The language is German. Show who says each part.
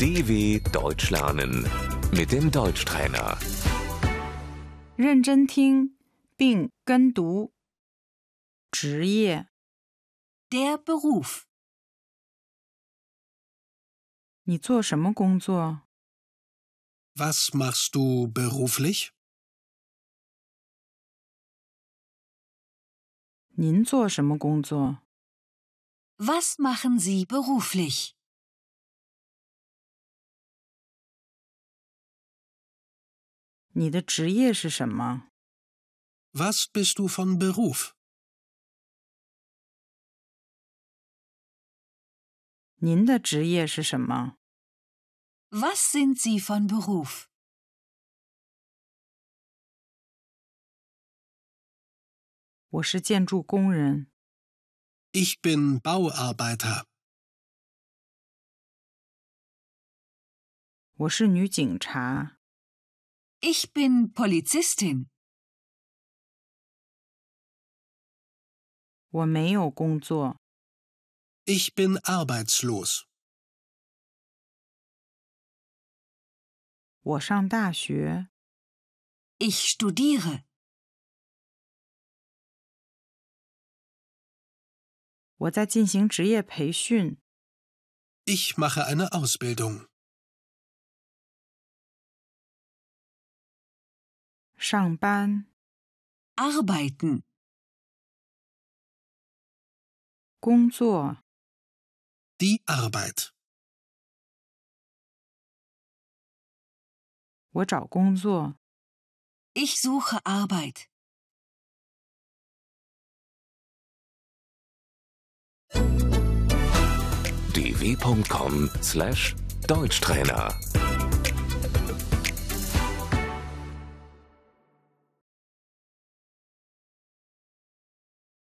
Speaker 1: DW Deutsch lernen mit dem Deutschtrainer.
Speaker 2: 认真听并跟读。职业，
Speaker 3: Der Beruf.
Speaker 2: 你做什么工作？
Speaker 4: Was machst du beruflich?
Speaker 2: 您做什么工作？
Speaker 3: Was machen Sie beruflich?
Speaker 2: 你的职业是什么？
Speaker 4: Was bist du von Beruf?
Speaker 2: 您的职业是什么？
Speaker 3: Was sind Sie von Beruf?
Speaker 2: 我是建筑工人。
Speaker 4: Ich bin Bauarbeiter.
Speaker 2: 我是女警察。
Speaker 3: Ich bin Polizistin.
Speaker 2: 我没有工作。
Speaker 4: Ich bin arbeitslos.
Speaker 2: 我上大学。
Speaker 3: Ich studiere.
Speaker 2: 我在进行职业培训。
Speaker 4: Ich mache eine Ausbildung.
Speaker 2: 上班，
Speaker 3: Arbeiten.
Speaker 2: 工作，
Speaker 4: Die Arbeit.
Speaker 2: 我找工作。
Speaker 3: Ich suche Arbeit.
Speaker 1: dw.com/deutschtrainer